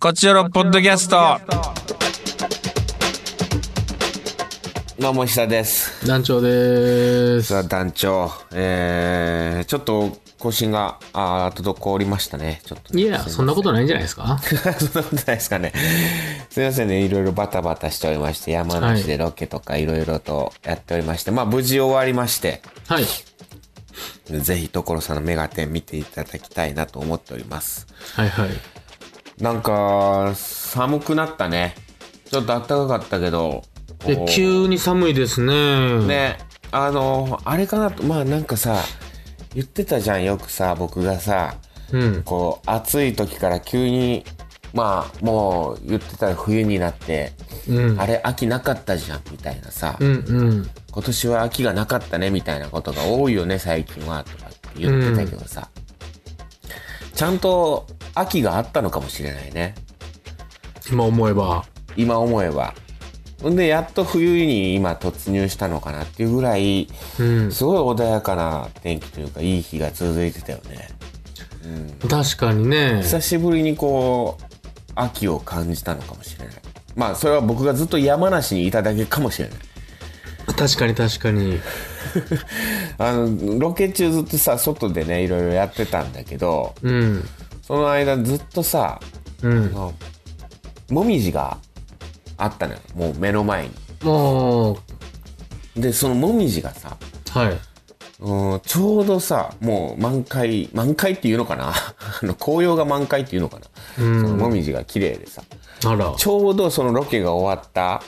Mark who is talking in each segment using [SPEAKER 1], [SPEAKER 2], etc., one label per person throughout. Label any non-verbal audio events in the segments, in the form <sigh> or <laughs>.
[SPEAKER 1] こちらのポッドキャスト。
[SPEAKER 2] 桃久です。
[SPEAKER 3] 団長でーす。
[SPEAKER 2] さあ、団長。えー、ちょっと更新が、あー、滞りましたね。ちょっと、ね。
[SPEAKER 3] いや、
[SPEAKER 2] す
[SPEAKER 3] そんなことないんじゃないで
[SPEAKER 2] <laughs>
[SPEAKER 3] すか
[SPEAKER 2] そんなことないですかね。すいませんね。いろいろバタバタしておりまして、山梨でロケとかいろいろとやっておりまして、まあ無事終わりまして、
[SPEAKER 3] はい。
[SPEAKER 2] ぜひ所さんのメガテン見ていただきたいなと思っております。
[SPEAKER 3] はいはい。
[SPEAKER 2] なんか、寒くなったね。ちょっと暖かかったけど。
[SPEAKER 3] で
[SPEAKER 2] こう、
[SPEAKER 3] 急に寒いですね。
[SPEAKER 2] ね、あの、あれかなと、まあなんかさ、言ってたじゃん、よくさ、僕がさ、
[SPEAKER 3] うん。
[SPEAKER 2] こう、暑い時から急に、まあ、もう言ってたら冬になって、
[SPEAKER 3] うん。
[SPEAKER 2] あれ秋なかったじゃん、みたいなさ、
[SPEAKER 3] うんうん。
[SPEAKER 2] 今年は秋がなかったね、みたいなことが多いよね、最近は、とかって言ってたけどさ、ちゃんと秋があったのかもしれないね、
[SPEAKER 3] 今思えば。
[SPEAKER 2] 今思えば。ほんで、やっと冬に今突入したのかなっていうぐらい、
[SPEAKER 3] うん。
[SPEAKER 2] すごい穏やかな天気というか、いい日が続いてたよね。
[SPEAKER 3] 確かにね。
[SPEAKER 2] 久しぶりにこう、秋を感じたのかもしれない。まあ、それは僕がずっと山梨にいただけかもしれない。
[SPEAKER 3] 確かに確かに。
[SPEAKER 2] あの、ロケ中ずっとさ、外でね、いろいろやってたんだけど、
[SPEAKER 3] うん。
[SPEAKER 2] その間ずっとさ、
[SPEAKER 3] うん。
[SPEAKER 2] あのもみじがあったのよ。もう目の前に。
[SPEAKER 3] もう、
[SPEAKER 2] で、そのもみじがさ、
[SPEAKER 3] はい。
[SPEAKER 2] うんちょうどさ、もう満開、満開っていうのかな <laughs> あの、紅葉が満開っていうのかな、
[SPEAKER 3] うん
[SPEAKER 2] そのもみじが綺麗でさ、
[SPEAKER 3] あら。
[SPEAKER 2] ちょうどそのロケが終わった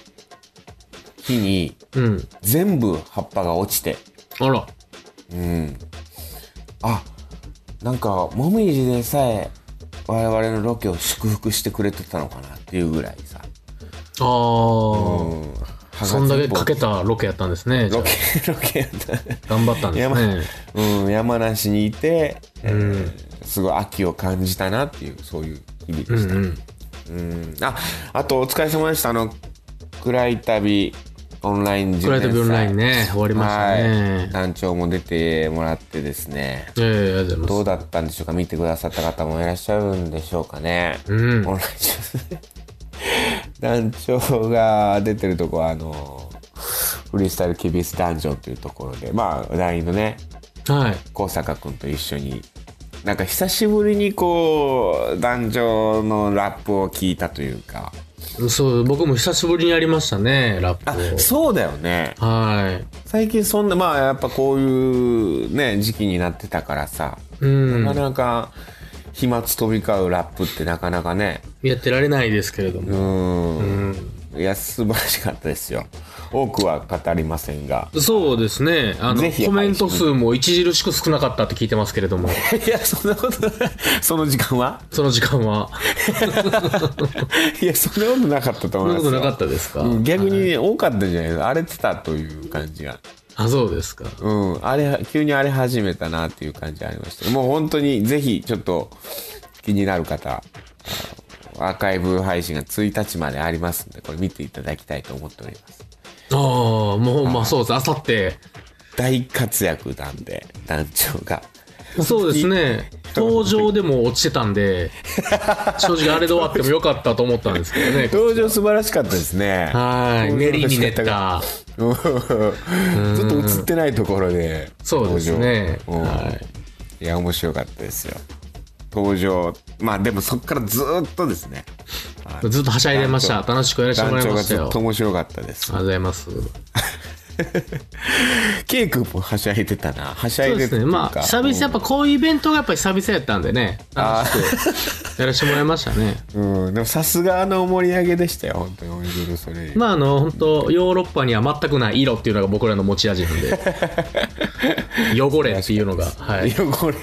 [SPEAKER 2] 日に、
[SPEAKER 3] うん。
[SPEAKER 2] 全部葉っぱが落ちて、
[SPEAKER 3] あら。
[SPEAKER 2] うん。あ、なんか、もみじでさえ、我々のロケを祝福してくれてたのかなっていうぐらいさ、
[SPEAKER 3] あ
[SPEAKER 2] う
[SPEAKER 3] ー。
[SPEAKER 2] ん。
[SPEAKER 3] そんだけかけ
[SPEAKER 2] た。
[SPEAKER 3] たロケやったんですね。じゃ
[SPEAKER 2] ロケ、ロケやった。
[SPEAKER 3] あ頑張ったんですね。
[SPEAKER 2] うん、山梨にいて、えーすごい秋を感じたなっていうそういう日々で
[SPEAKER 3] う
[SPEAKER 2] し
[SPEAKER 3] んうん。
[SPEAKER 2] た、うんああとお疲れ様でしたあの暗い旅オンライン
[SPEAKER 3] フ
[SPEAKER 2] 巡
[SPEAKER 3] ラ
[SPEAKER 2] 礼
[SPEAKER 3] イ
[SPEAKER 2] 祭
[SPEAKER 3] トビオンラインね、終わりました
[SPEAKER 2] はい
[SPEAKER 3] ね。
[SPEAKER 2] 団長も出てもらってですね
[SPEAKER 3] ええありがとうござい
[SPEAKER 2] ど
[SPEAKER 3] ま
[SPEAKER 2] うだったんでしょうか見てくださった方もいらっしゃるんでしょうかね、
[SPEAKER 3] す。うん。
[SPEAKER 2] オンライン <laughs> 団長が出てるとこはあのフリースタイルキビスダンジョンというところでまあ LINE のね
[SPEAKER 3] はい。
[SPEAKER 2] 高坂君と一緒になんか久しぶりにこう男女のラップを聞いたというか
[SPEAKER 3] そう、僕も久しぶりにやりましたね、ラ
[SPEAKER 2] あ
[SPEAKER 3] ップ
[SPEAKER 2] そうだよね
[SPEAKER 3] を。は
[SPEAKER 2] 最近そんなまあやっぱこういうね時期になってたからさ、
[SPEAKER 3] い。うん。
[SPEAKER 2] なかなか飛沫飛び交うラップってなかなかね
[SPEAKER 3] やってられないですけれど
[SPEAKER 2] う
[SPEAKER 3] も。
[SPEAKER 2] ん
[SPEAKER 3] うん。
[SPEAKER 2] いや素晴らしかったですよ多くは語りませんが
[SPEAKER 3] そうですね。あ
[SPEAKER 2] ぜ
[SPEAKER 3] の、
[SPEAKER 2] ひ
[SPEAKER 3] コメント数も著しく少なかったって <laughs> 聞いてますけ
[SPEAKER 2] <laughs>
[SPEAKER 3] れども、
[SPEAKER 2] いやそんなことないその時間
[SPEAKER 3] <laughs>
[SPEAKER 2] は
[SPEAKER 3] その時間は。
[SPEAKER 2] いやそんなことなかったと
[SPEAKER 3] そん
[SPEAKER 2] 思いま
[SPEAKER 3] なこ
[SPEAKER 2] すよ
[SPEAKER 3] となかったですか
[SPEAKER 2] うん逆に多かったんじゃないですか荒れてたという感じが。
[SPEAKER 3] あ、そうですか。
[SPEAKER 2] うん、あれ、急に荒れ始めたなっていう感じありました。もう本当にぜひちょっと気になる方、あのアーカイブ配信が1日までありますんで、これ見ていただきたいと思っております。
[SPEAKER 3] ああ、もう、まあそうです。あ
[SPEAKER 2] <laughs>
[SPEAKER 3] さって。
[SPEAKER 2] 大活躍なんで、団長が。
[SPEAKER 3] そうですね。登場でも落ちてた
[SPEAKER 2] <laughs>
[SPEAKER 3] んで、正直あれで終わってもよかったと思ったんですけど
[SPEAKER 2] <laughs>
[SPEAKER 3] ね。
[SPEAKER 2] 登場素晴らしかったですね。
[SPEAKER 3] はい。練りに練っ
[SPEAKER 2] うん
[SPEAKER 3] た。
[SPEAKER 2] ずっと映ってないところで。
[SPEAKER 3] そうですね
[SPEAKER 2] 登場うん、
[SPEAKER 3] はい
[SPEAKER 2] や、面白かったですよ。登場。まあでもそっからずーっとですね。
[SPEAKER 3] ずっとはしゃいでました。楽しくやらせて
[SPEAKER 2] 団
[SPEAKER 3] もらい
[SPEAKER 2] 長
[SPEAKER 3] ま
[SPEAKER 2] が
[SPEAKER 3] し
[SPEAKER 2] ず
[SPEAKER 3] たよ。あ
[SPEAKER 2] っと
[SPEAKER 3] りがとう
[SPEAKER 2] 面白かったです。
[SPEAKER 3] ございます。
[SPEAKER 2] ケイ君もはしゃいでたな。はしゃい
[SPEAKER 3] そう
[SPEAKER 2] で
[SPEAKER 3] で
[SPEAKER 2] たって
[SPEAKER 3] す
[SPEAKER 2] い
[SPEAKER 3] ね。
[SPEAKER 2] う
[SPEAKER 3] ま
[SPEAKER 2] か
[SPEAKER 3] あ、久々やっぱこういうイベントがやっぱり久々やったんでね、楽しくやらせてもらいました <laughs> ね。
[SPEAKER 2] うん、でもさすがの盛り上げでしたよ、本当に。オイルそれ。
[SPEAKER 3] まあ、あの、本当ヨーロッパには全くない色っていうのが僕らの持ち味なん <laughs> で、汚れっていうのが、はい。
[SPEAKER 2] これ。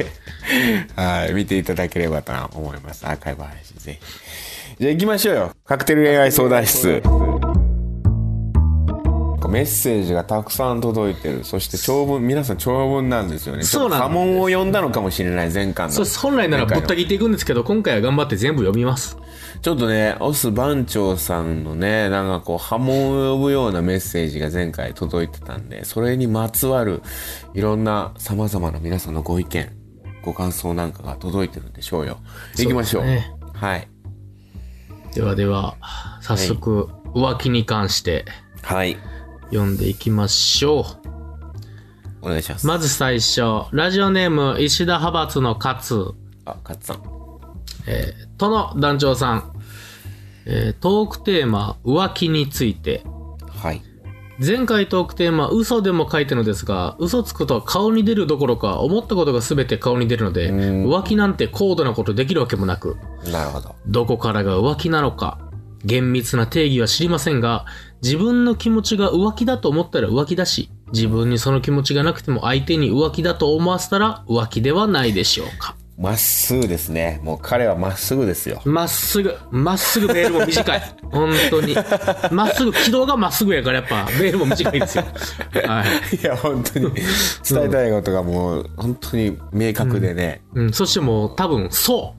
[SPEAKER 2] はい、見ていただければと思います。アーカイブ配信ぜひ。じゃあ行きましょうよ。カクテル恋愛相談室。メッセージがたくさん届いてる。そして長文、皆さん長文なんですよね。
[SPEAKER 3] そうなんです
[SPEAKER 2] ちょっと波紋を呼んだのかもしれない、前回の。
[SPEAKER 3] そうです本来ならぼった切っていくんですけど、今回は頑張って全部読みます。
[SPEAKER 2] ちょっとね、オス番長さんのね、なんかこう、波紋を呼ぶようなメッセージが前回届いてたんで、それにまつわる、いろんな様々な皆さんのご意見、ご感想なんかが届いてるんでしょうよ。行きましょう。
[SPEAKER 3] そうですね
[SPEAKER 2] はい。
[SPEAKER 3] ではでは、早速、浮気に関して
[SPEAKER 2] はい。
[SPEAKER 3] 読んでいきましょ
[SPEAKER 2] お願いします。
[SPEAKER 3] う。まず最初、ラジオネーム、石田派閥の勝。
[SPEAKER 2] あ、カツさん。
[SPEAKER 3] との団長さん、えートークテーマ浮気について
[SPEAKER 2] はい。
[SPEAKER 3] 前回トークテーマ嘘でも書いてるのですが嘘つくとは顔に出るどころか思ったことが全て顔に出るので
[SPEAKER 2] ん
[SPEAKER 3] 浮気なんて高度なことできるわけもなく
[SPEAKER 2] なるほど。
[SPEAKER 3] どこからが浮気なのか厳密な定義は知りませんが自分の気持ちが浮気だと思ったら浮気だし自分にその気持ちがなくても相手に浮気だと思わせたら浮気ではないでしょうか
[SPEAKER 2] まっすぐですね。もう彼はまっすぐですよ。
[SPEAKER 3] まっすぐ、まっすぐメールも短い。本当に。まっすぐ、軌道がまっすぐやから、やっぱ、メールも短いですよ。はい。
[SPEAKER 2] <laughs> いや、本当に。伝えたいことがもう、本当に明確でね。
[SPEAKER 3] うん、そしてもう、多分、そ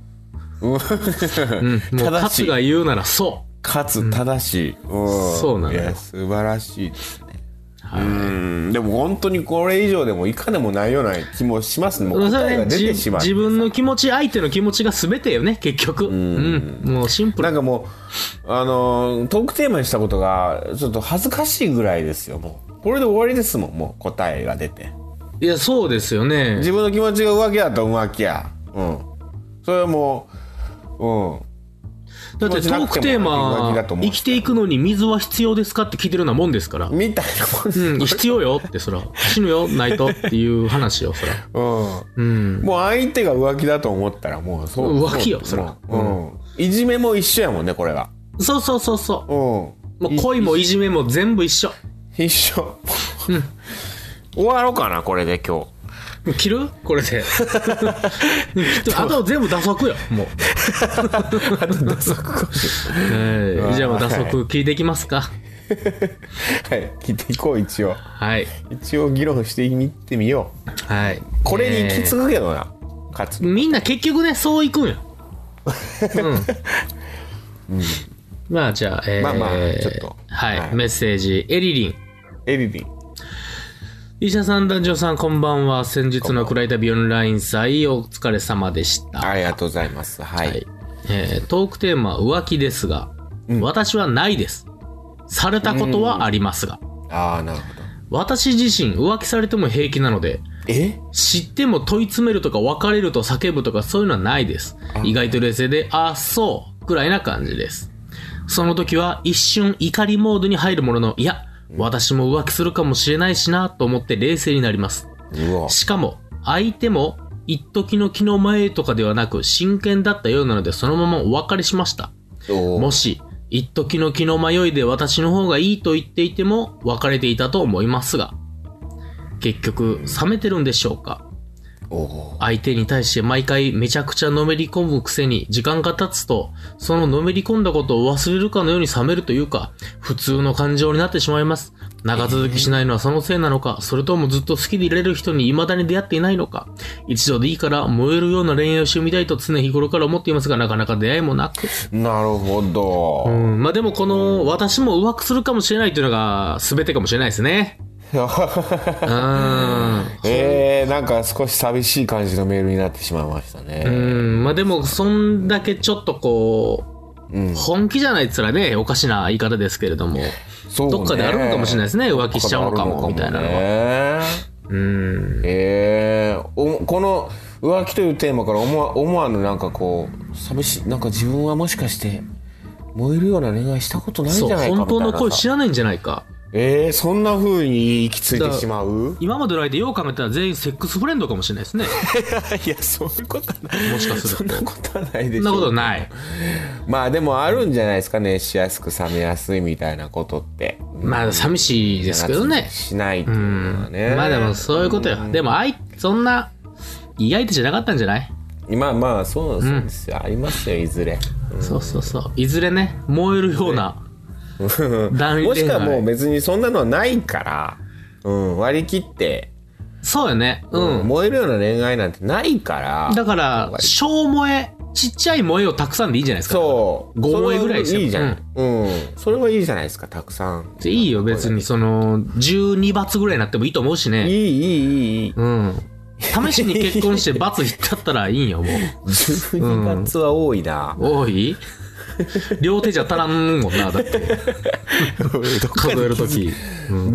[SPEAKER 2] うん <laughs>
[SPEAKER 3] う。うん、もう、
[SPEAKER 2] 正し
[SPEAKER 3] 勝
[SPEAKER 2] い。
[SPEAKER 3] が言うなら、そ
[SPEAKER 2] かつ正しい。
[SPEAKER 3] そうなの
[SPEAKER 2] ん
[SPEAKER 3] よ
[SPEAKER 2] いや素晴らしいですね。
[SPEAKER 3] う。は
[SPEAKER 2] う
[SPEAKER 3] い。
[SPEAKER 2] ん。でも本当にこれ以上でもいかでもないような気もしますね。もう
[SPEAKER 3] それは
[SPEAKER 2] 答え
[SPEAKER 3] ね
[SPEAKER 2] が出
[SPEAKER 3] じ
[SPEAKER 2] てしまう。
[SPEAKER 3] 自分の気持ち、相手の気持ちが全てよね、結局。うん。もう、シンプル。
[SPEAKER 2] なんかもう、あのートークテーマにしたことが、ちょっと恥ずかしいぐらいですよ、もう。これで終わりですもん、もう答えが出て。
[SPEAKER 3] いや、そうですよね。
[SPEAKER 2] 自分の気持ちが浮気やと浮気や。うん。それはもう、うん。
[SPEAKER 3] だって、トー
[SPEAKER 2] 気持ちなく
[SPEAKER 3] クテー
[SPEAKER 2] ても浮気
[SPEAKER 3] マ
[SPEAKER 2] だと、思う
[SPEAKER 3] 生きていくのに水は必要ですかって聞いてるようなもんですから。
[SPEAKER 2] みたい
[SPEAKER 3] うん、必要よって、そら。死ぬよ、ないとっていう話よ、そら。
[SPEAKER 2] なもん。うん。
[SPEAKER 3] うん。
[SPEAKER 2] もう相手が浮気だと思ったら、もうそう。
[SPEAKER 3] 浮気よ
[SPEAKER 2] う
[SPEAKER 3] そら
[SPEAKER 2] うん。うんいじめも一緒やもんね、これが。
[SPEAKER 3] そうそうそうそう。
[SPEAKER 2] うん。
[SPEAKER 3] もう恋もいじめも全部一緒。
[SPEAKER 2] 一緒。 <laughs> 終わろうかな、これで今日。
[SPEAKER 3] 切るこれで。 <laughs> きっとあとは全部打足よ、もう。
[SPEAKER 2] あと打足講習
[SPEAKER 3] えー
[SPEAKER 2] わ
[SPEAKER 3] じゃあもう打足聞いていきますか。
[SPEAKER 2] はい。聞いていこう、一応。
[SPEAKER 3] はい。
[SPEAKER 2] 一応議論してみてみよう。
[SPEAKER 3] はい。
[SPEAKER 2] これに行き
[SPEAKER 3] え
[SPEAKER 2] 着くけどな、勝つ
[SPEAKER 3] ーみんな結局ね、そういくんよ。うん。まあじゃあ、えー
[SPEAKER 2] まあまあちょっと
[SPEAKER 3] はい、
[SPEAKER 2] はい
[SPEAKER 3] メッセージ、エリリン。
[SPEAKER 2] エリリン
[SPEAKER 3] 医者さん、男女さん、こんばんは。先日の暗い旅オンライン祭、お疲れ様でした。
[SPEAKER 2] ありがとうございますはい、
[SPEAKER 3] はいえートークテーマは浮気ですが、私はないです。されたことはありますが、
[SPEAKER 2] ああなるほど
[SPEAKER 3] 私自身浮気されても平気なので、
[SPEAKER 2] え
[SPEAKER 3] 知っても問い詰めるとか別れると叫ぶとかそういうのはないです。意外と冷静で、あ、そう、くらいな感じです。その時は一瞬怒りモードに入るものの、いや、私も浮気するかもしれないしなと思って冷静になります。
[SPEAKER 2] うわ
[SPEAKER 3] しかも、相手も、一時の気の前とかではなく、真剣だったようなので、そのままお別れしました。
[SPEAKER 2] お
[SPEAKER 3] もし、一時の気の迷いで私の方がいいと言っていても、別れていたと思いますが、結局、冷めてるんでしょうか
[SPEAKER 2] お
[SPEAKER 3] 相手に対して毎回めちゃくちゃのめり込むくせに時間が経つとそののめり込んだことを忘れるかのように冷めるというか普通の感情になってしまいます長続きしないのはそのせいなのかそれともずっと好きでいられる人に未だに出会っていないのか一度でいいから燃えるような恋愛をしてみたいと常日頃から思っていますがなかなか出会いもなく
[SPEAKER 2] なるほど、
[SPEAKER 3] うんまあでもこの私も浮気するかもしれないというのが全てかもしれないで
[SPEAKER 2] <laughs>
[SPEAKER 3] すねうん
[SPEAKER 2] えー、なんか少し寂しい感じのメールになってしまいましたね、
[SPEAKER 3] うん、まあでも、そんだけちょっとこう、本気じゃないっつらね、おかしな言い方ですけれども、
[SPEAKER 2] そうね
[SPEAKER 3] どっかであるのかもしれないですね、浮気しちゃうのか
[SPEAKER 2] どっ
[SPEAKER 3] も、み
[SPEAKER 2] で
[SPEAKER 3] た
[SPEAKER 2] あ
[SPEAKER 3] い
[SPEAKER 2] る
[SPEAKER 3] な
[SPEAKER 2] のかも
[SPEAKER 3] のは。
[SPEAKER 2] ね
[SPEAKER 3] うん。
[SPEAKER 2] えー、おこの浮気というテーマから思わ思わぬなんかこう寂しいなんか自分はもしかして燃えるような恋愛したことないんじ
[SPEAKER 3] そう、
[SPEAKER 2] ゃないかみた
[SPEAKER 3] 本
[SPEAKER 2] いな
[SPEAKER 3] 当の恋
[SPEAKER 2] さ
[SPEAKER 3] 知らないんじゃないか。
[SPEAKER 2] えー、そんな風に行き着いてしまう
[SPEAKER 3] 今までの間、よう考えたら全員セックスフレンドかもしれ <laughs> ないですね。
[SPEAKER 2] いやそういうことはない
[SPEAKER 3] もしかする
[SPEAKER 2] <laughs>
[SPEAKER 3] と
[SPEAKER 2] そんなことはないでし
[SPEAKER 3] そ
[SPEAKER 2] ょ
[SPEAKER 3] んなことない。
[SPEAKER 2] まあでもあるんじゃないですか熱しやすく冷めやすいみたいなことって
[SPEAKER 3] まあ、寂しいですけどね。
[SPEAKER 2] しないっていうのはね
[SPEAKER 3] まあでも、そういうことよ。でも、あい、そんな、いい相手じゃなかったんじゃない
[SPEAKER 2] まあまあそうそうですよ、ありますよいずれ
[SPEAKER 3] そうそうそう。いずれね、燃えるような、断
[SPEAKER 2] もしくは
[SPEAKER 3] 恋愛
[SPEAKER 2] もう別にそんなのはないから、うん、割り切って、
[SPEAKER 3] そうよね。うん。
[SPEAKER 2] 燃えるような恋愛なんてないから
[SPEAKER 3] だから、小萌え、ちっちゃい萌えをたくさんでいいんじゃないですか。
[SPEAKER 2] そう
[SPEAKER 3] 五萌えぐらいにし
[SPEAKER 2] それは
[SPEAKER 3] ても
[SPEAKER 2] いいじゃない、うんそれはいいじゃないですかたくさん
[SPEAKER 3] でいいよ、別に、その、12罰ぐらいになってもいいと思うし
[SPEAKER 2] いいい
[SPEAKER 3] ね。
[SPEAKER 2] いいいいい
[SPEAKER 3] うん。試しに結婚して罰引ったったらいいんよ、もう。
[SPEAKER 2] 12月は多いな、
[SPEAKER 3] 多い両手じゃ足らんもんな、だって。数えるとき。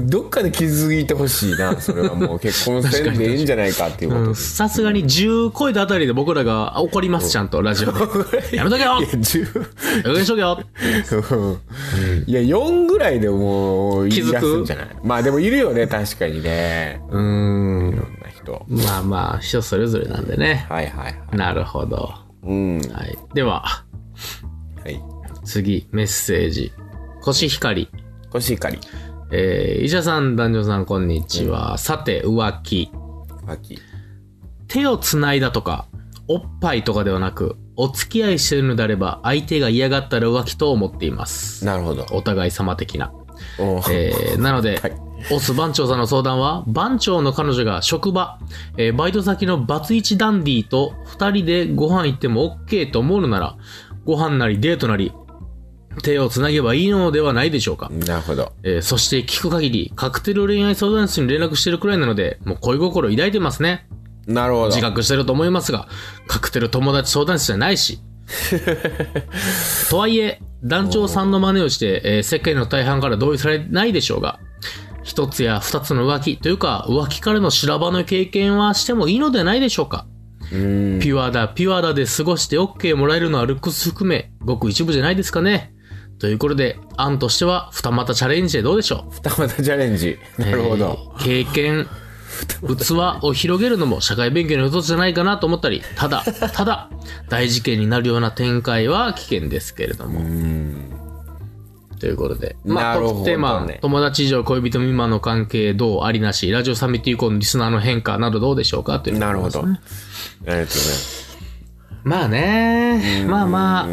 [SPEAKER 2] どっかで気づいてほしいな、それは
[SPEAKER 3] <laughs>
[SPEAKER 2] もう結婚せんでいいんじゃないかっていうこと <laughs>
[SPEAKER 3] うんさすがに10超えたあたりで僕らがあ怒ります、ちゃんと、ラジオ
[SPEAKER 2] <laughs>
[SPEAKER 3] で。やめとけよ
[SPEAKER 2] いや十
[SPEAKER 3] やめとけよ
[SPEAKER 2] うんいや4ぐらいでもう言い出すんじゃないまあでもいるよね確かにね
[SPEAKER 3] うーん。
[SPEAKER 2] そんな人
[SPEAKER 3] まあまあ、人それぞれなんでね。
[SPEAKER 2] はいはいはい
[SPEAKER 3] なるほど。
[SPEAKER 2] うん
[SPEAKER 3] はい。では、
[SPEAKER 2] はい
[SPEAKER 3] 次、メッセージ。コシヒカリ。
[SPEAKER 2] コシヒカリ
[SPEAKER 3] えー、医者さん、男女さん、こんにちは。さて、浮気。
[SPEAKER 2] 脇
[SPEAKER 3] 手をつないだとか、おっぱいとかではなく、お付き合いしてるのであれば、相手が嫌がったら浮気と思っています。
[SPEAKER 2] なるほど
[SPEAKER 3] お互い様的な。
[SPEAKER 2] お
[SPEAKER 3] えー、なので、
[SPEAKER 2] はい
[SPEAKER 3] オス番長さんの相談は、番長の彼女が職場、えーバイト先のバツイチダンディと二人でご飯行っても OK と思うのなら、ご飯なりデートなり、手をつなげばいいのではないでしょうか。
[SPEAKER 2] なるほど
[SPEAKER 3] えーそして聞く限り、カクテル恋愛相談室に連絡してるくらいなので、もう恋心抱いてますね。
[SPEAKER 2] なるほど
[SPEAKER 3] 自覚してると思いますが、カクテル友達相談室じゃな
[SPEAKER 2] <laughs>
[SPEAKER 3] いし。とはいえ、団長さんの真似をして、えー世界の大半から同意されないでしょうが、一つや二つの浮気というか、浮気からの修羅場の経験はしてもいいのではないでしょうか。
[SPEAKER 2] うん
[SPEAKER 3] ピュアだ、ピュアだで過ごして OK もらえるのはルックス含め、ごく一部じゃないですかね。ということで、案としては、二股チャレンジでどうでしょう
[SPEAKER 2] 二股チャレンジなるほど
[SPEAKER 3] えー経験器を広げるのも社会勉強の一つじゃないかなと思ったりただただ大事件になるような展開は危険ですけれども。ということで、まあ、
[SPEAKER 2] なるほどね
[SPEAKER 3] トークテーマ、友達以上恋人未満の関係どうありなし、ラジオサミット以降のリスナーの変化などどうでしょうかということ
[SPEAKER 2] なるほ
[SPEAKER 3] です
[SPEAKER 2] どあり
[SPEAKER 3] ね
[SPEAKER 2] がとうございます
[SPEAKER 3] まあね、まあまあ、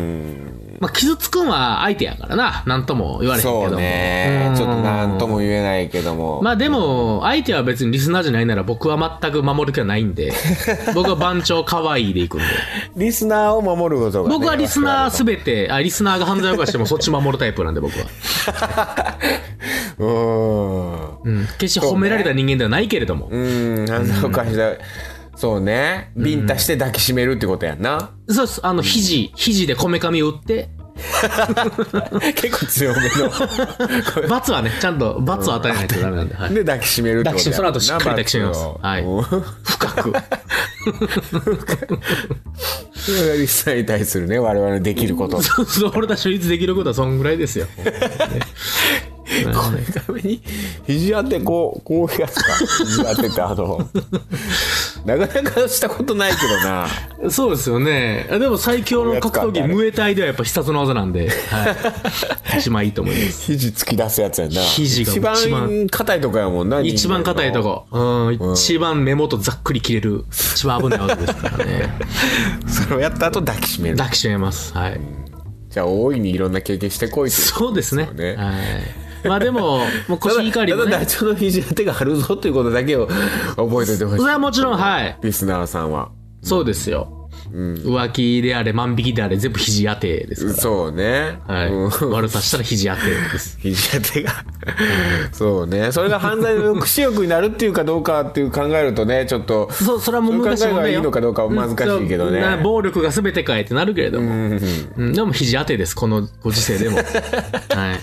[SPEAKER 3] まあ、傷つくんは相手やからな、なんとも言われへんけども
[SPEAKER 2] そうね
[SPEAKER 3] うん
[SPEAKER 2] ちょっと何とも言えないけども
[SPEAKER 3] まあでも、相手は別にリスナーじゃないなら僕は全く守る気はないん <laughs> で、僕は番長可愛いで行くんで。
[SPEAKER 2] リスナーを守ることがね
[SPEAKER 3] 僕はリスナー
[SPEAKER 2] 我
[SPEAKER 3] すべて、あ、リスナーが犯罪を犯してもそっち守るタイプなんで僕 <laughs> は。
[SPEAKER 2] 々はうん
[SPEAKER 3] うん。決して褒められた人間ではないけれども。
[SPEAKER 2] うん、犯罪を犯した、そうね。ビンタして抱きしめるってことやんな。
[SPEAKER 3] そうです。あの、肘、肘でこめかみを打って、
[SPEAKER 2] 結構強め
[SPEAKER 3] <laughs> 罰はね、ちゃんと罰を与えないとダメなんで。は
[SPEAKER 2] の。
[SPEAKER 3] <laughs> い
[SPEAKER 2] で、抱きしめるってことやもんな
[SPEAKER 3] 抱きしめその後しっかり抱きしめますはい
[SPEAKER 2] 罰を
[SPEAKER 3] 深く。
[SPEAKER 2] それがリスナーに対するね、我々のできること。
[SPEAKER 3] そうそう、俺たちの唯一できることはそんぐらいですよ。
[SPEAKER 2] こめかみに、肘当て、こう、こういうやつか。肘当てって、あの、なかなかしたことないけどな。
[SPEAKER 3] そうですよね。あでも最強の格闘技、ムエタイではやっぱ必殺の技なんで、 <laughs> はい。一番いいと思います。
[SPEAKER 2] 肘突き出すやつやんな。
[SPEAKER 3] 肘が
[SPEAKER 2] 一
[SPEAKER 3] 一
[SPEAKER 2] 番
[SPEAKER 3] 番
[SPEAKER 2] 硬いとこやもんな。
[SPEAKER 3] 一番硬いとこ。うん。一番目元ざっくり切れる。一番危ないわけですからね。
[SPEAKER 2] <laughs> 人間の。それをやった後抱きしめる。
[SPEAKER 3] 抱きしめます。はい。
[SPEAKER 2] じゃあ、大いにいろんな経験してこいっていう
[SPEAKER 3] そうですね。
[SPEAKER 2] そうね
[SPEAKER 3] はい。まあ
[SPEAKER 2] <laughs>
[SPEAKER 3] でも、もう
[SPEAKER 2] ただ
[SPEAKER 3] 腰怒りも
[SPEAKER 2] ただ
[SPEAKER 3] ね。
[SPEAKER 2] ダチョウの肘当てがあるぞということだけを覚えておいてほしい
[SPEAKER 3] それはもちろん、はい。
[SPEAKER 2] リスナーさんは
[SPEAKER 3] そうですよ。浮気であれ、万引きであれ、全部肘当てですか
[SPEAKER 2] そうね、
[SPEAKER 3] ら。はい
[SPEAKER 2] うん。 <laughs>
[SPEAKER 3] 悪さしたら肘当てです。
[SPEAKER 2] 肘当てがそうねそれが犯罪の抑止力になるっていうかどうかっていう考えるとねちょっと
[SPEAKER 3] そう、それはもう難しい
[SPEAKER 2] そういう
[SPEAKER 3] 問
[SPEAKER 2] 考えが
[SPEAKER 3] 題
[SPEAKER 2] いい
[SPEAKER 3] よ。
[SPEAKER 2] のかどうかは難しいけどね
[SPEAKER 3] うんそうな暴力が全てかえってなるけれども。
[SPEAKER 2] うん
[SPEAKER 3] うん、でも肘当てです、このご時
[SPEAKER 2] <laughs>
[SPEAKER 3] 世でも。はい。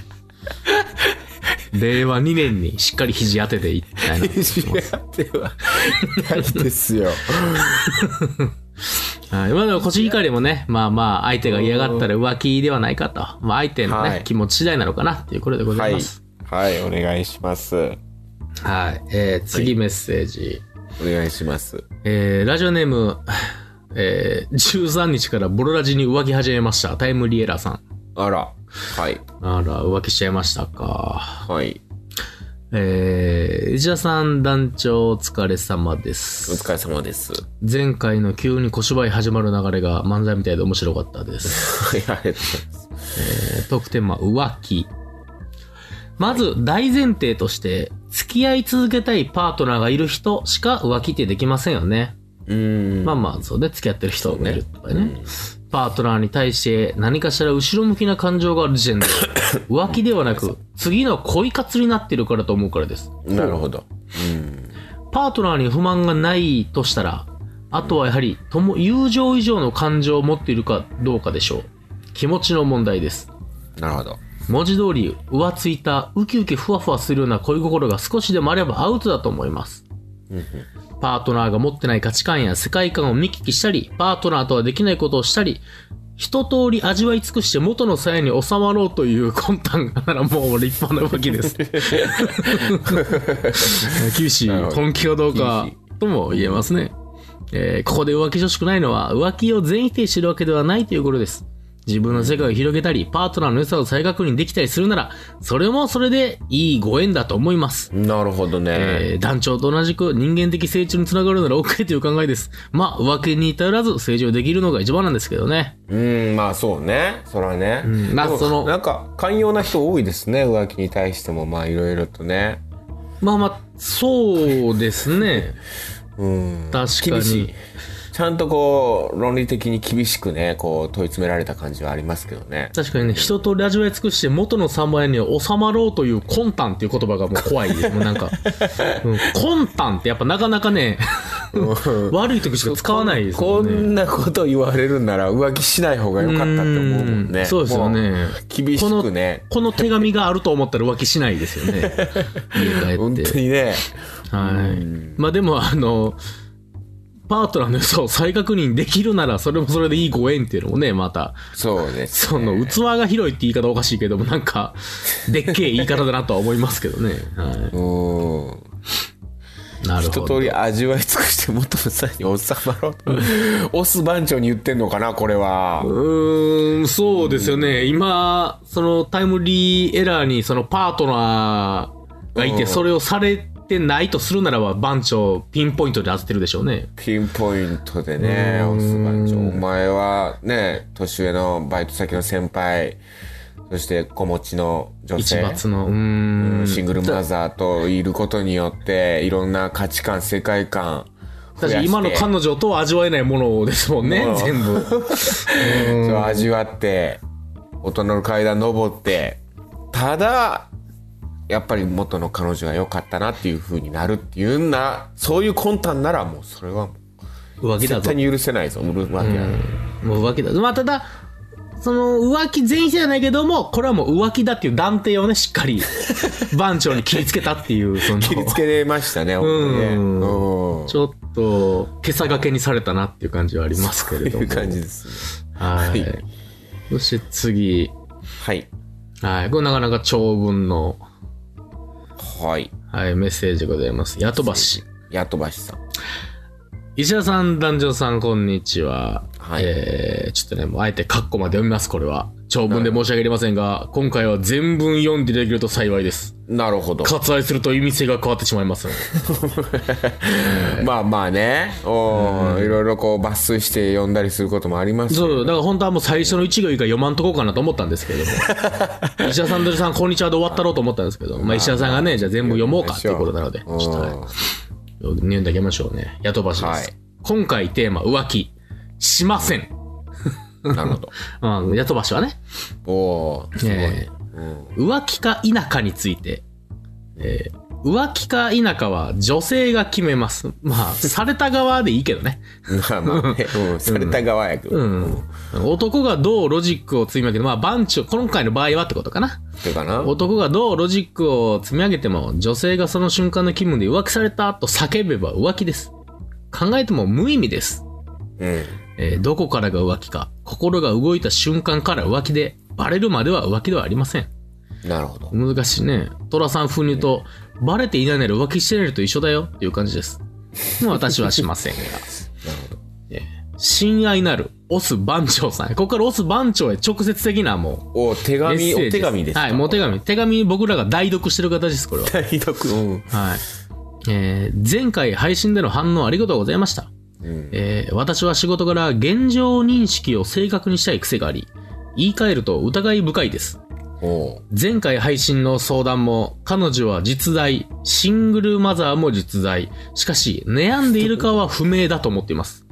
[SPEAKER 3] 令和2年にしっかり肘当てでいきたいなと
[SPEAKER 2] 肘
[SPEAKER 3] 思い
[SPEAKER 2] 当ては <laughs> ないですよ
[SPEAKER 3] ます。はい。まあでも、腰怒りもね、まあまあ、相手が嫌がったら浮気ではないかと。まあ、相手のね、
[SPEAKER 2] はい
[SPEAKER 3] 気持ち次第なのかなっていうことでござ
[SPEAKER 2] はいい
[SPEAKER 3] ます。
[SPEAKER 2] はいお願いします
[SPEAKER 3] はい。えー、次メッセージ。
[SPEAKER 2] お願いします
[SPEAKER 3] えー、ラジオネーム、えー、13日からボロラジに浮気始めました。タイムリエラーさん。
[SPEAKER 2] あらはい
[SPEAKER 3] あら、浮気しちゃいましたか。
[SPEAKER 2] はい
[SPEAKER 3] えー、石田さん団長お疲れ様で
[SPEAKER 2] お
[SPEAKER 3] す。
[SPEAKER 2] 疲れ様です
[SPEAKER 3] 前回の急に小芝居始まる流れが漫才みたいで面白かったです。
[SPEAKER 2] はいありがとうございます
[SPEAKER 3] えートークテーマ、浮気。まず、大前提として、付き合い続けたいパートナーがいる人しか浮気ってできませんよね。
[SPEAKER 2] うん
[SPEAKER 3] まあまあ、そうね、付き合ってる人がいるとかね。パートナーに対して何かしら後ろ向きな感情がある時点で、浮気ではなく、次の恋活になってるからと思うからです。
[SPEAKER 2] なるほど
[SPEAKER 3] パートナーに不満がないとしたら、あとはやはり友友情以上の感情を持っているかどうかでしょう。気持ちの問題です。
[SPEAKER 2] なるほど。
[SPEAKER 3] 文字通り、浮ついた、ウキウキふわふわするような恋心が少しでもあればアウトだと思います。パートナーが持ってない価値観や世界観を見聞きしたり、パートナーとはできないことをしたり、一通り味わい尽くして元の鞘に収まろうという <laughs> 魂胆がならもう立派なわ
[SPEAKER 2] <laughs>
[SPEAKER 3] けです。厳しい。
[SPEAKER 2] なるほど
[SPEAKER 3] 本気かどうか
[SPEAKER 2] 厳
[SPEAKER 3] とも言えますね。えーここで浮気女子くないのは、浮気を全否定してるわけではないということです。自分の世界を広げたり、パートナーの良さを再確認できたりするなら、それもそれでいいご縁だと思います。
[SPEAKER 2] なるほどね。
[SPEAKER 3] えー団長と同じく人間的成長につながるなら OK という考えです。まあ、浮気に至らず成長できるのが一番なんですけどね。
[SPEAKER 2] うん、まあそうね。それはね。
[SPEAKER 3] んまあ
[SPEAKER 2] でも
[SPEAKER 3] その
[SPEAKER 2] なんか、寛容な人多いですね。浮気に対しても、まあいろいろとね。
[SPEAKER 3] まあまあ、そうですね。
[SPEAKER 2] <laughs> うん。
[SPEAKER 3] 確か
[SPEAKER 2] 厳し
[SPEAKER 3] に
[SPEAKER 2] い。。ちゃんとこう、論理的に厳しくね、こう、問い詰められた感じはありますけどね。
[SPEAKER 3] 確かにね、一通り味わい尽くして元の侍に収まろうという魂胆っていう言葉がもう
[SPEAKER 2] <laughs>
[SPEAKER 3] 怖いです。もうなんか、うん、魂胆ってやっぱなかなかね、悪い時しか使わないです
[SPEAKER 2] こ
[SPEAKER 3] もんね。
[SPEAKER 2] んなこと言われるんなら浮気しない方が良かったって思うもん
[SPEAKER 3] う
[SPEAKER 2] ね。
[SPEAKER 3] んそうですよね
[SPEAKER 2] もう厳しくね。
[SPEAKER 3] この手紙があると思ったら浮気しないですよ
[SPEAKER 2] <laughs>
[SPEAKER 3] ね。
[SPEAKER 2] 本
[SPEAKER 3] 家帰っ
[SPEAKER 2] 当
[SPEAKER 3] て。
[SPEAKER 2] にね。
[SPEAKER 3] はい。まあでも、あの、パートナーの良さを再確認できるなら、それもそれでいいご縁っていうのもね、また、
[SPEAKER 2] そうです。
[SPEAKER 3] その、器が広いって言い方おかしいけども、なんか、でっけえ言い方だなとは思いますけどね。は
[SPEAKER 2] うん。
[SPEAKER 3] い。なる
[SPEAKER 2] 一
[SPEAKER 3] ほど。
[SPEAKER 2] 通り味わい尽くして元の際に収まろうと。オス番長に言ってんのかな、これは。
[SPEAKER 3] うーん、そうですよね。今、そのタイムリーエラーに、そのパートナーがいて、
[SPEAKER 2] うん
[SPEAKER 3] それをされてないとするならば、番長、ピンポイントで当ててるでしょうね。
[SPEAKER 2] ピンポイントでね、オス番長。お前はね、年上のバイト先の先輩、そして子持ちの女
[SPEAKER 3] 一
[SPEAKER 2] 性。
[SPEAKER 3] 罰の、うーん。
[SPEAKER 2] シングルマザーといることによって、いろんな価値観、世界観増
[SPEAKER 3] だ
[SPEAKER 2] やして、
[SPEAKER 3] し今の彼女とは味わえないものですもんね
[SPEAKER 2] うん、
[SPEAKER 3] 全部。
[SPEAKER 2] <laughs> そう味わって、大人の階段登って、ただ、やっぱり元の彼女が良かったなっていう風になるっていうんな、そういう魂胆ならもうそれはもう
[SPEAKER 3] 浮気
[SPEAKER 2] 絶
[SPEAKER 3] だぞ
[SPEAKER 2] 対。に許せないぞ、売るわけだ。
[SPEAKER 3] もう浮気だ。まあ、ただ、その浮気全否定じゃないけども、これはもう浮気だっていう断定をね、しっか
[SPEAKER 2] <laughs>
[SPEAKER 3] り番長に切りつけたっていう、その、
[SPEAKER 2] 切りつけれましたね、本当にね。
[SPEAKER 3] うん
[SPEAKER 2] うん。
[SPEAKER 3] ちょっと、今朝がけにされたなっていう感じはありますけ
[SPEAKER 2] と
[SPEAKER 3] れど
[SPEAKER 2] い
[SPEAKER 3] も
[SPEAKER 2] う。感じですね。
[SPEAKER 3] は。
[SPEAKER 2] はい
[SPEAKER 3] そして次。
[SPEAKER 2] はい。
[SPEAKER 3] はい。これなかなか長文の、
[SPEAKER 2] はい。
[SPEAKER 3] はい、メッセージでございます。やとばし。
[SPEAKER 2] やとばしさん。
[SPEAKER 3] 石田さん、男女さん、こんにちは。
[SPEAKER 2] はい
[SPEAKER 3] えー、ちょっとね、もうあえてカッコまで読みます、これは。長文で申し訳ありませんが、今回は全文読んでいただけると幸いです。
[SPEAKER 2] なるほど。
[SPEAKER 3] 割愛すると意味性が変わってしまいますので。
[SPEAKER 2] まあまあね、おーいろいろこう抜粋して読んだりすることもあります
[SPEAKER 3] そう、だから本当はもう最初の一行以外読まんとこうかなと思ったんですけど <laughs> も。石田さん、とさん、こんにちはで終わったろうと思ったんですけど、まあ石田さんがね、じゃあ全部読もうかっていうことなので、ちょっとはい
[SPEAKER 2] うん
[SPEAKER 3] 読んであげましょうね。やとばしです。
[SPEAKER 2] はい
[SPEAKER 3] 今回テーマ、浮気。しません。
[SPEAKER 2] なるほど。
[SPEAKER 3] うん、やとばしはね。
[SPEAKER 2] おーすごいね。うん
[SPEAKER 3] 浮気か否かについて、えー浮気か否かは女性が決めます。まあ、された側でいいけどね。
[SPEAKER 2] まあまあね、うん、された側やけど。
[SPEAKER 3] う
[SPEAKER 2] うん
[SPEAKER 3] ん。男がどうロジックを積み上げて、まあ、番長、今回の場合はってことかな。
[SPEAKER 2] っていうかな。
[SPEAKER 3] 男がどうロジックを積み上げても、女性がその瞬間の気分で浮気されたと叫べば浮気です。考えても無意味です。
[SPEAKER 2] うん。
[SPEAKER 3] えーどこからが浮気か、心が動いた瞬間から浮気で、バレるまでは浮気ではありません。
[SPEAKER 2] なるほど。
[SPEAKER 3] 難しいね。寅さん風に言うと、バレていないなら浮気してないのと一緒だよっていう感じです。まあ私はしませんが。
[SPEAKER 2] <laughs>
[SPEAKER 3] えー親愛なるオス番長さん。ここからオス番長へ直接的なも
[SPEAKER 2] お、手
[SPEAKER 3] う、メッ
[SPEAKER 2] 紙、
[SPEAKER 3] セー
[SPEAKER 2] お
[SPEAKER 3] ジ
[SPEAKER 2] 手紙ですか。
[SPEAKER 3] はい、もうお手
[SPEAKER 2] 紙。
[SPEAKER 3] 紙。手紙僕らが代読してる形です、これは。
[SPEAKER 2] <laughs> ひどく。うん。
[SPEAKER 3] はい。えー前回配信での反応ありがとうございました。
[SPEAKER 2] うん
[SPEAKER 3] えー私は仕事から現状認識を正確にしたい癖があり、言い換えると疑い深いです。
[SPEAKER 2] お
[SPEAKER 3] 前回配信の相談も、彼女は実在、シングルマザーも実在。しかし、悩んでいるかは不明だと思っています。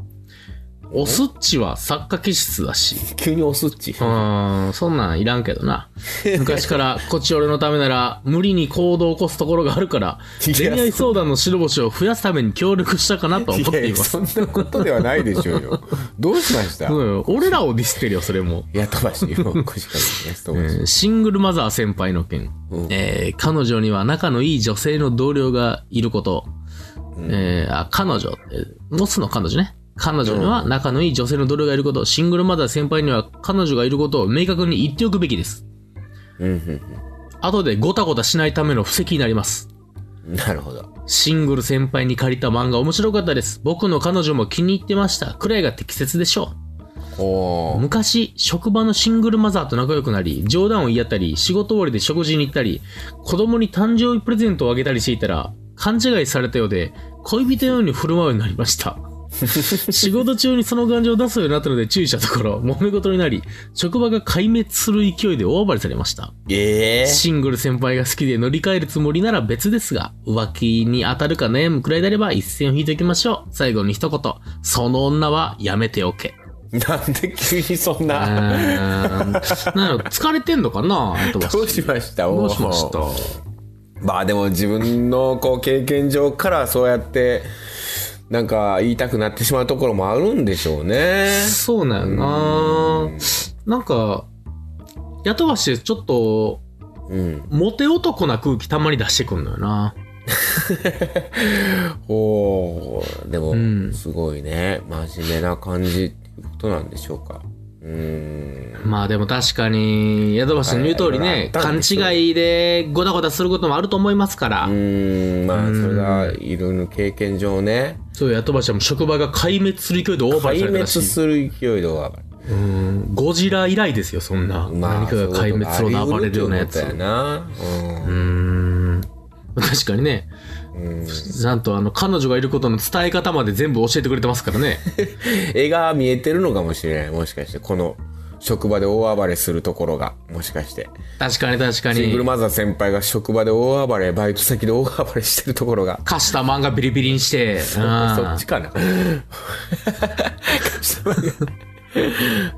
[SPEAKER 3] おすっちは作家気質だし。
[SPEAKER 2] 急におすっち。
[SPEAKER 3] うーん、そんなんいらんけどな。昔から、こっち俺のためなら、無理に行動を起こすところがあるから、
[SPEAKER 2] いや
[SPEAKER 3] 恋愛相談の白星を増やすために協力したかなと思って
[SPEAKER 2] い
[SPEAKER 3] い
[SPEAKER 2] や、
[SPEAKER 3] ます。
[SPEAKER 2] そんなことではないでしょうよ。どうしました
[SPEAKER 3] そうよ俺らをディスってるよ、それも。
[SPEAKER 2] いや、飛ばし、もう、腰掛けてね、飛ばし。
[SPEAKER 3] えーシングルマザー先輩の件、えー彼女には仲のいい女性の同僚がいること、えーあ彼女えーモスの彼女ね彼女には仲のいい女性の同僚がいること、シングルマザー先輩には彼女がいることを明確に言っておくべきです
[SPEAKER 2] うん、うん
[SPEAKER 3] 後でゴタゴタしないための布石になります
[SPEAKER 2] うん。なるほど。
[SPEAKER 3] シングル先輩に借りた漫画面白かったです僕の彼女も気に入ってましたくらいが適切でしょう
[SPEAKER 2] おー。
[SPEAKER 3] 昔、職場のシングルマザーと仲良くなり、冗談を言い合ったり、仕事終わりで食事に行ったり、子供に誕生日プレゼントをあげたりしていたら、勘違いされたようで、恋人のように振る舞うようになり
[SPEAKER 2] <laughs>
[SPEAKER 3] ました。仕事中にその感情を出すようになったので注意したところ、揉め事になり、職場が壊滅する勢いで大暴れされました。
[SPEAKER 2] ええー。
[SPEAKER 3] シングル先輩が好きで乗り換えるつもりなら別ですが、浮気に当たるか悩むくらいであれば一線を引いておきましょう。最後に一言、その女はやめておけ。
[SPEAKER 2] なんで急にそん
[SPEAKER 3] う
[SPEAKER 2] な。
[SPEAKER 3] ーんなんだろう疲れてんのかな後は
[SPEAKER 2] どうしました
[SPEAKER 3] どうしました
[SPEAKER 2] おーまあでも自分のこう経験上からそうやって、なんか言いたくなってしまうところもあるんでしょうね。
[SPEAKER 3] そうなんやななんか雇わしてちょっと
[SPEAKER 2] うん。
[SPEAKER 3] モテ男な空気たまに出してくんのよな
[SPEAKER 2] おー。でも、
[SPEAKER 3] ん
[SPEAKER 2] すごいね。真面目な感じっていうことなんでしょうか。うーん。
[SPEAKER 3] まあでも確かに雇わしの言う通り
[SPEAKER 2] はいはいい
[SPEAKER 3] ね
[SPEAKER 2] ろいろあったん
[SPEAKER 3] 勘
[SPEAKER 2] でしょう
[SPEAKER 3] 違いでゴタゴタすることもあると思いますから
[SPEAKER 2] うーん、まあ、それが、いろいろ経験上ね、
[SPEAKER 3] そう雇わしはもう職場が壊滅する勢いでオーバー
[SPEAKER 2] 壊
[SPEAKER 3] された
[SPEAKER 2] 滅
[SPEAKER 3] らしい
[SPEAKER 2] する勢いでは、
[SPEAKER 3] うんゴジラ以来ですよそんな
[SPEAKER 2] まあ、
[SPEAKER 3] 何かが壊滅するような暴れるようなや
[SPEAKER 2] そ
[SPEAKER 3] つ
[SPEAKER 2] ういうことがあり得るってことやな。
[SPEAKER 3] うーん確かにね、ちゃんとあの彼女がいることの伝え方まで全部教えてくれてますから
[SPEAKER 2] <laughs>
[SPEAKER 3] ね
[SPEAKER 2] うん。絵が見えてるのかもしれない。もしかして、この、職場で大暴れするところが、もしかして。
[SPEAKER 3] 確かに確か
[SPEAKER 2] シングル
[SPEAKER 3] に
[SPEAKER 2] マザー先輩が職場で大暴れ、バイト先で大暴れしてるところが、
[SPEAKER 3] 貸した漫画ビリビリにしてうん
[SPEAKER 2] そっちかな。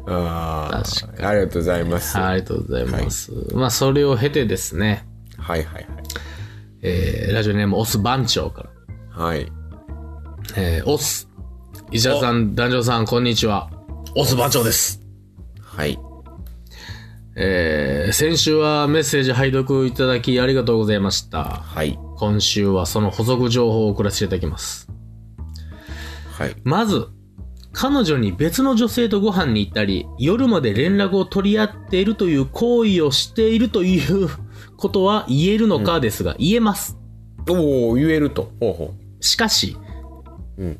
[SPEAKER 2] あ
[SPEAKER 3] 確
[SPEAKER 2] あ、ありがとうございます。
[SPEAKER 3] あ
[SPEAKER 2] はい
[SPEAKER 3] りがとうございます、まあそれを経てですね、
[SPEAKER 2] はいはい。
[SPEAKER 3] えーラジオネームオス番長から、
[SPEAKER 2] はい。
[SPEAKER 3] えーオス石田さん男女さんこんにちはオス番長です
[SPEAKER 2] はい。
[SPEAKER 3] えー先週はメッセージ拝読いただきありがとうございました
[SPEAKER 2] はい。
[SPEAKER 3] 今週はその補足情報を送らせていただきます
[SPEAKER 2] はい。
[SPEAKER 3] まず、彼女に別の女性とご飯に行ったり、夜まで連絡を取り合っているという行為をしているという <laughs> ことは言えるのかですが、言えます。
[SPEAKER 2] おお言えると。ほうほ
[SPEAKER 3] しかし、
[SPEAKER 2] うん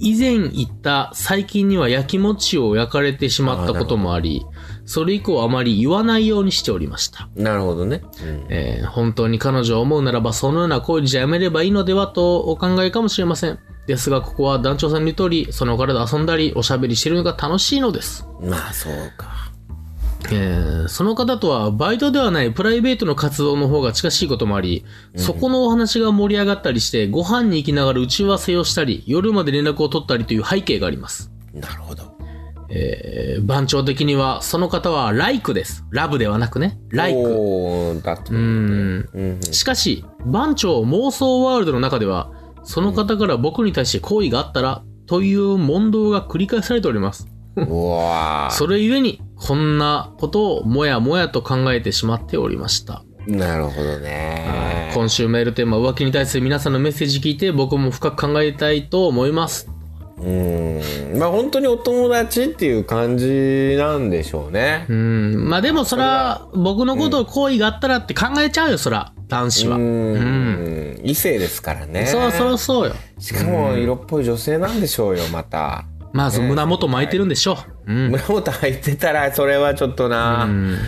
[SPEAKER 3] 以前言った最近には焼き餅を焼かれてしまったこともあり、それ以降あまり言わないようにしておりました。
[SPEAKER 2] う。なるほどね。
[SPEAKER 3] えー本当に彼女を思うならばそのような行為じゃやめればいいのではとお考えかもしれません。ですが、ここは団長さんの言う通り、その体で遊んだり、おしゃべりしてるのが楽しいのです。
[SPEAKER 2] うん。まあ、そうか。
[SPEAKER 3] えーその方とはバイトではないプライベートの活動の方が近しいこともあり、そこのお話が盛り上がったりして、ご飯に行きながら打ち合わせをしたり、夜まで連絡を取ったりという背景があります。
[SPEAKER 2] なるほど。
[SPEAKER 3] えー番長的には、その方はライクです。ラブではなくね。ライク。
[SPEAKER 2] おーだって。う
[SPEAKER 3] うー
[SPEAKER 2] ん。
[SPEAKER 3] ん。しかし、番長妄想ワールドの中では、その方から僕に対して好意があったら、という問答が繰り返されております。
[SPEAKER 2] うわー
[SPEAKER 3] それゆえに、こんなことをもやもやと考えてしまっておりました。
[SPEAKER 2] なるほどね。
[SPEAKER 3] 今週メールテーマ、浮気に対する皆さんのメッセージ聞いて、僕も深く考えたいと思います。
[SPEAKER 2] うーん。まあ、本当にお友達っていう感じなんでしょうね
[SPEAKER 3] う。ん。まあでも、そら、僕のことを好意があったらって考えちゃうよ、そら、男子は。
[SPEAKER 2] うーん。異性ですからね。
[SPEAKER 3] そうそうそうよ。
[SPEAKER 2] しかも、色っぽい女性なんでしょうよ、また。
[SPEAKER 3] まず、胸元巻いてるんでしょう。うん。
[SPEAKER 2] 胸元入ってたら、それはちょっとな。うん。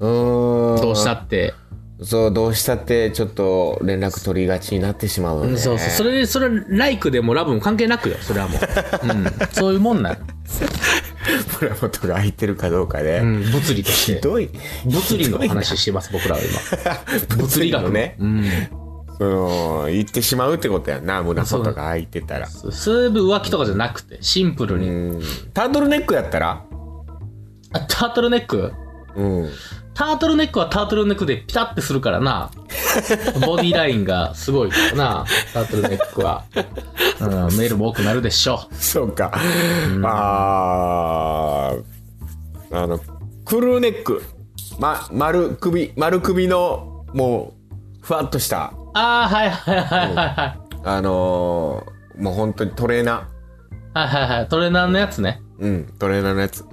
[SPEAKER 2] ーん。
[SPEAKER 3] どうしたって。
[SPEAKER 2] そう、どうしたって、ちょっと連絡取りがちになってしまうよね。
[SPEAKER 3] そうそう。それ、それ、ライクでもラブも関係なくよ。それはもう。うん。そういうもんなの。
[SPEAKER 2] 胸元が空いてるかどうかで。
[SPEAKER 3] うん。物理とし
[SPEAKER 2] ひ
[SPEAKER 3] て。
[SPEAKER 2] どい。 <laughs>
[SPEAKER 3] 物理の話してます、僕らは今。物理学
[SPEAKER 2] 物理のね。その、行ってしまうってことやんな、胸元が開いてたら。
[SPEAKER 3] そうそういう浮気とかじゃなくて、シンプル
[SPEAKER 2] う
[SPEAKER 3] に。
[SPEAKER 2] ん。タートルネックやったら
[SPEAKER 3] あ、タートルネック
[SPEAKER 2] うん。
[SPEAKER 3] タートルネックはタートルネックでピタってするか
[SPEAKER 2] <laughs>
[SPEAKER 3] らな。ボディラインがすごいからな、タートルネックは。うん、メールも多くなるでしょ
[SPEAKER 2] そうか。あー、あの、クルーネック。ま、丸首、丸首の、もう、ふわっとした、
[SPEAKER 3] う。ああ、はいはいはいはいはい。
[SPEAKER 2] あのーもう本当にトレーナ
[SPEAKER 3] はいはいはい。トレーナーのやつね。
[SPEAKER 2] ー。うん、トレーナーのやつ。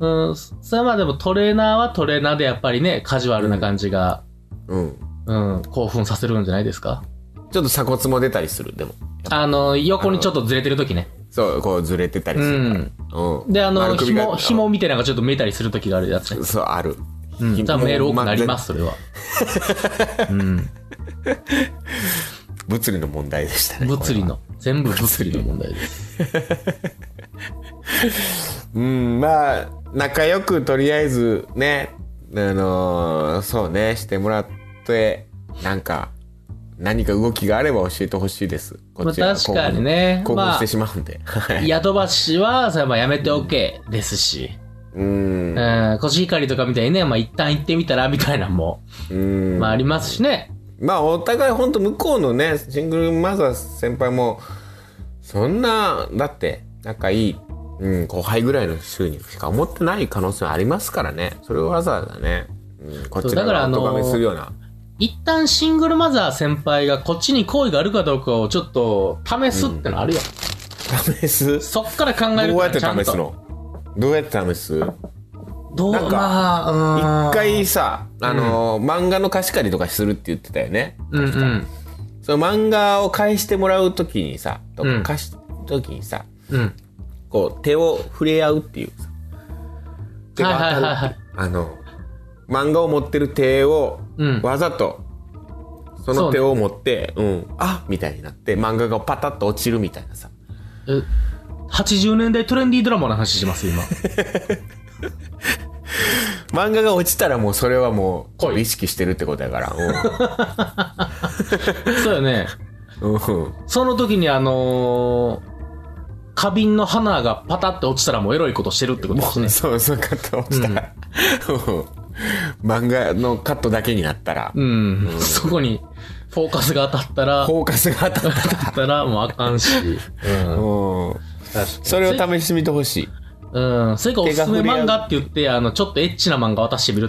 [SPEAKER 3] うん、それはまあでもトレーナーはトレーナーでやっぱりね、カジュアルな感じが、
[SPEAKER 2] うん。
[SPEAKER 3] うん、興奮させるんじゃないですか。
[SPEAKER 2] ちょっと鎖骨も出たりする、でも。
[SPEAKER 3] あの、横にちょっとずれてる時ね。
[SPEAKER 2] そう、こうずれてたり
[SPEAKER 3] う
[SPEAKER 2] する。
[SPEAKER 3] ん。
[SPEAKER 2] うん。
[SPEAKER 3] で、あの、
[SPEAKER 2] 丸首が
[SPEAKER 3] 紐、紐みたいなのがちょっと見えたりする時があるやつね。
[SPEAKER 2] そう、ある。。
[SPEAKER 3] うん。じゃあメール多くなりますす、それは。うん。
[SPEAKER 2] 物理の問題でしたね。
[SPEAKER 3] 物理
[SPEAKER 2] こ
[SPEAKER 3] の。全部物理の問
[SPEAKER 2] <laughs>
[SPEAKER 3] 題です。
[SPEAKER 2] れは。うん、まあ、仲良くとりあえずね、あのーそうね、してもらって、なんか、何か動きがあれば教えてほしいです。こっち
[SPEAKER 3] ま
[SPEAKER 2] が
[SPEAKER 3] あ確かにね
[SPEAKER 2] 興奮
[SPEAKER 3] まあ
[SPEAKER 2] 興奮してしまうんで。はい
[SPEAKER 3] ヤドバシは、それはまあやめておけですし、
[SPEAKER 2] うん
[SPEAKER 3] う。ん、コシヒカリとかみたいにね、まあ一旦行ってみたらみたいなのも、
[SPEAKER 2] うん。
[SPEAKER 3] まあありますしね。
[SPEAKER 2] まあお互い本当向こうのねシングルマザー先輩もそんなだって仲いい、うん、後輩ぐらいの収入しか思ってない可能性ありますからねそれをわざわざね、うん、こちら
[SPEAKER 3] だから
[SPEAKER 2] が
[SPEAKER 3] あ
[SPEAKER 2] お
[SPEAKER 3] の
[SPEAKER 2] 咎めするような、
[SPEAKER 3] 一旦シングルマザー先輩がこっちに好意があるかどうかをちょっと試すってのあるよ、
[SPEAKER 2] 試す
[SPEAKER 3] そっから考える
[SPEAKER 2] どう
[SPEAKER 3] か
[SPEAKER 2] やっ
[SPEAKER 3] ら
[SPEAKER 2] て
[SPEAKER 3] ちゃんと
[SPEAKER 2] 試すのどうやって試す
[SPEAKER 3] どう
[SPEAKER 2] なんか
[SPEAKER 3] まあうーん
[SPEAKER 2] 一回さあの、漫画の貸し借りとかするって言ってたよね
[SPEAKER 3] うんうん
[SPEAKER 2] その漫画を返してもらう時にさと
[SPEAKER 3] うん
[SPEAKER 2] か貸す時にさ、
[SPEAKER 3] うん
[SPEAKER 2] こう手を触れ合うっていうさ手が当たるっていう
[SPEAKER 3] はいはいはいはい
[SPEAKER 2] あの漫画を持ってる手を
[SPEAKER 3] うん
[SPEAKER 2] わざとその手を持ってう、ん、あみたいになって漫画がパタッと落ちるみたいなさ
[SPEAKER 3] え80年代トレンディードラマの話します <laughs> 今
[SPEAKER 2] 漫画が落ちたらもうそれはも
[SPEAKER 3] 来
[SPEAKER 2] う
[SPEAKER 3] い
[SPEAKER 2] 意識してるってことやから
[SPEAKER 3] そうよね
[SPEAKER 2] うん、うん、
[SPEAKER 3] その時にあのー花瓶の花がパタって落ちたらもうエロいことしてるってことですね
[SPEAKER 2] そうそうカット落ちたら、うん漫画のカットだけになったら、
[SPEAKER 3] うん、そこにフォーカスが当たったら
[SPEAKER 2] フォーカスが当たった
[SPEAKER 3] 当たったらもうあかん <laughs> し、うん、
[SPEAKER 2] うんそれを試してみてほしい
[SPEAKER 3] うん。それかおすすめ漫画って言って、あの、ちょっとエッチな漫画渡してみる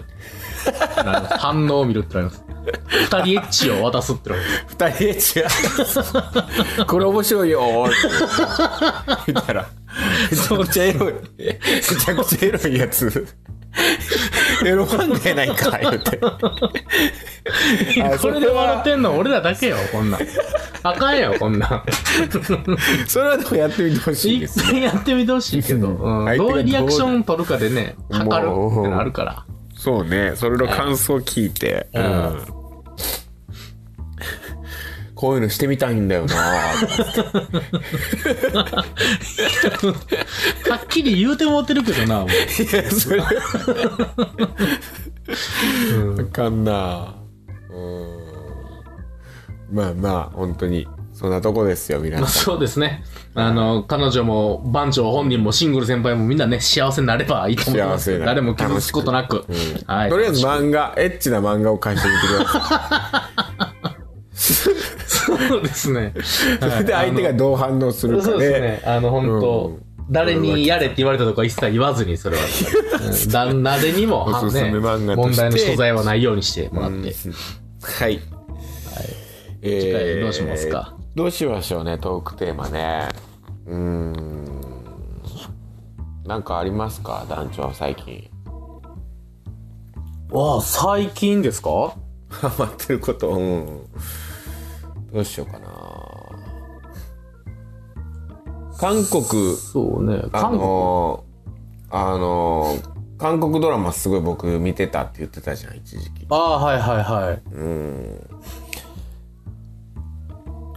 [SPEAKER 3] <laughs> ってなります。反応を見るってなります。二人エッチを渡すってなります。
[SPEAKER 2] 二人で違う。これ面白いよーって言ったら、めちゃくちゃエロい。めちゃくちゃエロいや
[SPEAKER 3] <laughs>
[SPEAKER 2] つ。エロ漫画やないか、言うて。あ
[SPEAKER 3] これで笑ってんの俺らだけよ、こ <laughs> んなん。あかんよ、こんなん。
[SPEAKER 2] それはでもやってみてほしいで
[SPEAKER 3] 一
[SPEAKER 2] す。
[SPEAKER 3] 回やってみてほしいけど、
[SPEAKER 2] うん
[SPEAKER 3] うん
[SPEAKER 2] 相手が
[SPEAKER 3] ど
[SPEAKER 2] どう
[SPEAKER 3] ういうリアクション取るかでね、測るってなるから。
[SPEAKER 2] そうね。それの感想聞いて。うんん。こういうのしてみたいんだよなー
[SPEAKER 3] はっきり言うてもうてるけどな、もう
[SPEAKER 2] いや、それ。わかんな。うん。まあまあ、本当に、そんなとこですよ、皆
[SPEAKER 3] まあ
[SPEAKER 2] さ
[SPEAKER 3] <laughs> そうですね。あの、彼女も番長本人もシングル先輩もみんなね、幸せになればいいと思います。
[SPEAKER 2] 幸せになる
[SPEAKER 3] 誰も傷つくことなく。は
[SPEAKER 2] ん。
[SPEAKER 3] い。
[SPEAKER 2] とりあえず漫画、エッチな漫画を返してみてくださ
[SPEAKER 3] そうです <laughs> ね。
[SPEAKER 2] い。そ <laughs> れで相手がどう反応する
[SPEAKER 3] そ
[SPEAKER 2] か
[SPEAKER 3] うですね
[SPEAKER 2] で。。
[SPEAKER 3] あの、本当、誰にやれって言われたとか一切言わずに、それは。うん旦那でに
[SPEAKER 2] <laughs>
[SPEAKER 3] も、
[SPEAKER 2] おすすめ
[SPEAKER 3] ね
[SPEAKER 2] 漫画と
[SPEAKER 3] 問
[SPEAKER 2] して
[SPEAKER 3] 題の所在はないようにしてもらって。
[SPEAKER 2] はい。え
[SPEAKER 3] 次回どうします
[SPEAKER 2] <laughs>
[SPEAKER 3] か
[SPEAKER 2] どうしましょうね、トークテーマね。うーん。なんかありますか、団長、最近。
[SPEAKER 3] わあ、最近ですか
[SPEAKER 2] ハマってること、うん、どうしようかな韓国
[SPEAKER 3] そうね。
[SPEAKER 2] あ
[SPEAKER 3] 韓国。
[SPEAKER 2] のーあのー韓国ドラマすごい僕見てたって言ってたじゃん一時期
[SPEAKER 3] ああ、はいはいはい。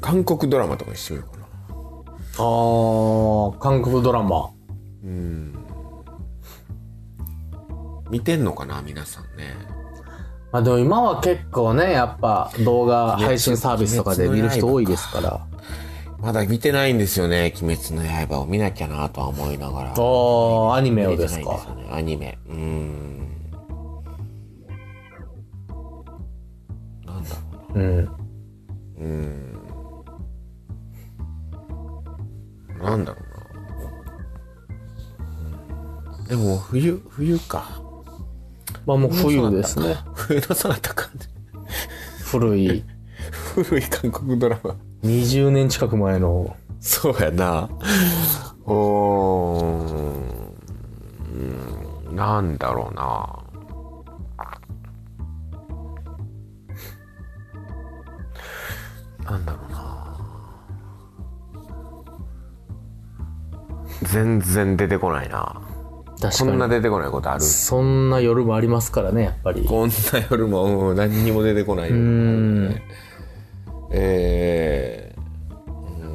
[SPEAKER 2] 韓国ドラマとかにしてみようかな
[SPEAKER 3] ああ、韓国ドラマ。
[SPEAKER 2] 見てんのかな皆さんね
[SPEAKER 3] まあでも今は結構ね、やっぱ動画配信サービスとかで見る人多いですから。
[SPEAKER 2] まだ見てないんですよね、鬼滅の刃を見なきゃなとは思いながら。
[SPEAKER 3] おー、アニメを
[SPEAKER 2] 見
[SPEAKER 3] で
[SPEAKER 2] れて
[SPEAKER 3] す
[SPEAKER 2] ないん
[SPEAKER 3] か
[SPEAKER 2] です。よね、アニメ。うーん。なんだろうな。
[SPEAKER 3] うん。
[SPEAKER 2] うーん。なんだろうな。うんでも、冬、冬か。 <laughs>
[SPEAKER 3] まあもう冬ですね。
[SPEAKER 2] 冬のそなたか。
[SPEAKER 3] 古い。
[SPEAKER 2] <laughs> 古い韓国ドラマ。
[SPEAKER 3] 20年近く前の。
[SPEAKER 2] そうやな。おーうん。なんだろうな。なんだろうな。全然出てこないな。
[SPEAKER 3] 確
[SPEAKER 2] こん
[SPEAKER 3] か
[SPEAKER 2] な
[SPEAKER 3] に。
[SPEAKER 2] 出てこないことある
[SPEAKER 3] そんな夜もありますからね、やっぱり。
[SPEAKER 2] こんな夜もうん何にも出てこないよ。
[SPEAKER 3] うん。
[SPEAKER 2] え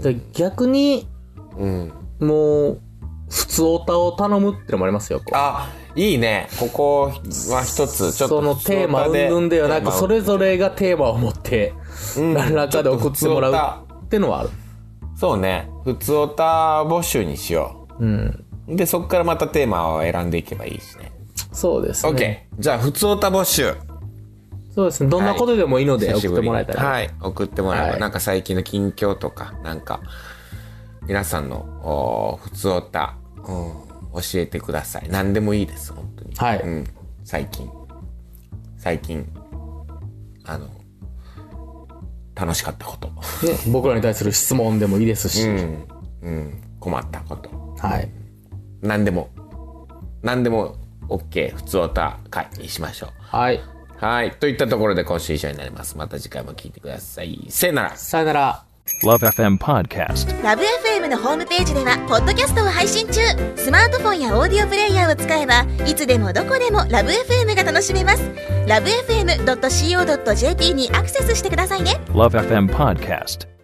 [SPEAKER 3] で逆に、
[SPEAKER 2] ー、うん。
[SPEAKER 3] もう、普通オタを頼むってのもありますよ。こう
[SPEAKER 2] あ、いいね。ここは一つ、ちょっと。
[SPEAKER 3] そのテーマ云々ではなく、それぞれがテーマを持って、
[SPEAKER 2] うん
[SPEAKER 3] 何らかで送ってもら
[SPEAKER 2] ちょ
[SPEAKER 3] うってのはある。
[SPEAKER 2] っと普通オタそうね。普通オタ募集にしよ
[SPEAKER 3] うん。
[SPEAKER 2] う。で、そこからまたテーマを選んでいけばいいしね。
[SPEAKER 3] そうですね。
[SPEAKER 2] OK、じゃあ、普通オタ募集。
[SPEAKER 3] そうですね。どんなことでもいいので
[SPEAKER 2] 久しぶ
[SPEAKER 3] 送っ
[SPEAKER 2] り
[SPEAKER 3] て
[SPEAKER 2] に
[SPEAKER 3] もらえたら。
[SPEAKER 2] はい。送ってもらえば、
[SPEAKER 3] はい
[SPEAKER 2] なんか最近の近況とか、なんか、皆さんの、おー普通オタ、うん、教えてください。何でもいいです、本当に。
[SPEAKER 3] はい
[SPEAKER 2] うん。最近。最近、あの、楽しかったこと。
[SPEAKER 3] ね、僕らに対する質問でもいいですし、
[SPEAKER 2] うん、うん、困ったこと。
[SPEAKER 3] はい。
[SPEAKER 2] 何でも、何でも OK、普通おた会にしましょ
[SPEAKER 3] はい。
[SPEAKER 2] う。はい。といったところで今週以上になります。また次回も聞いてください。せよなら。
[SPEAKER 3] さよなら。
[SPEAKER 1] Love FM Podcast.
[SPEAKER 4] ラブ f m のホームページではポッドキャストを配信中スマートフォンやオーディオプレイヤーを使えばいつでもどこでもラブ f m が楽しめますラブ FM.co.jp にアクセスしてくださいね
[SPEAKER 1] Love FM Podcast.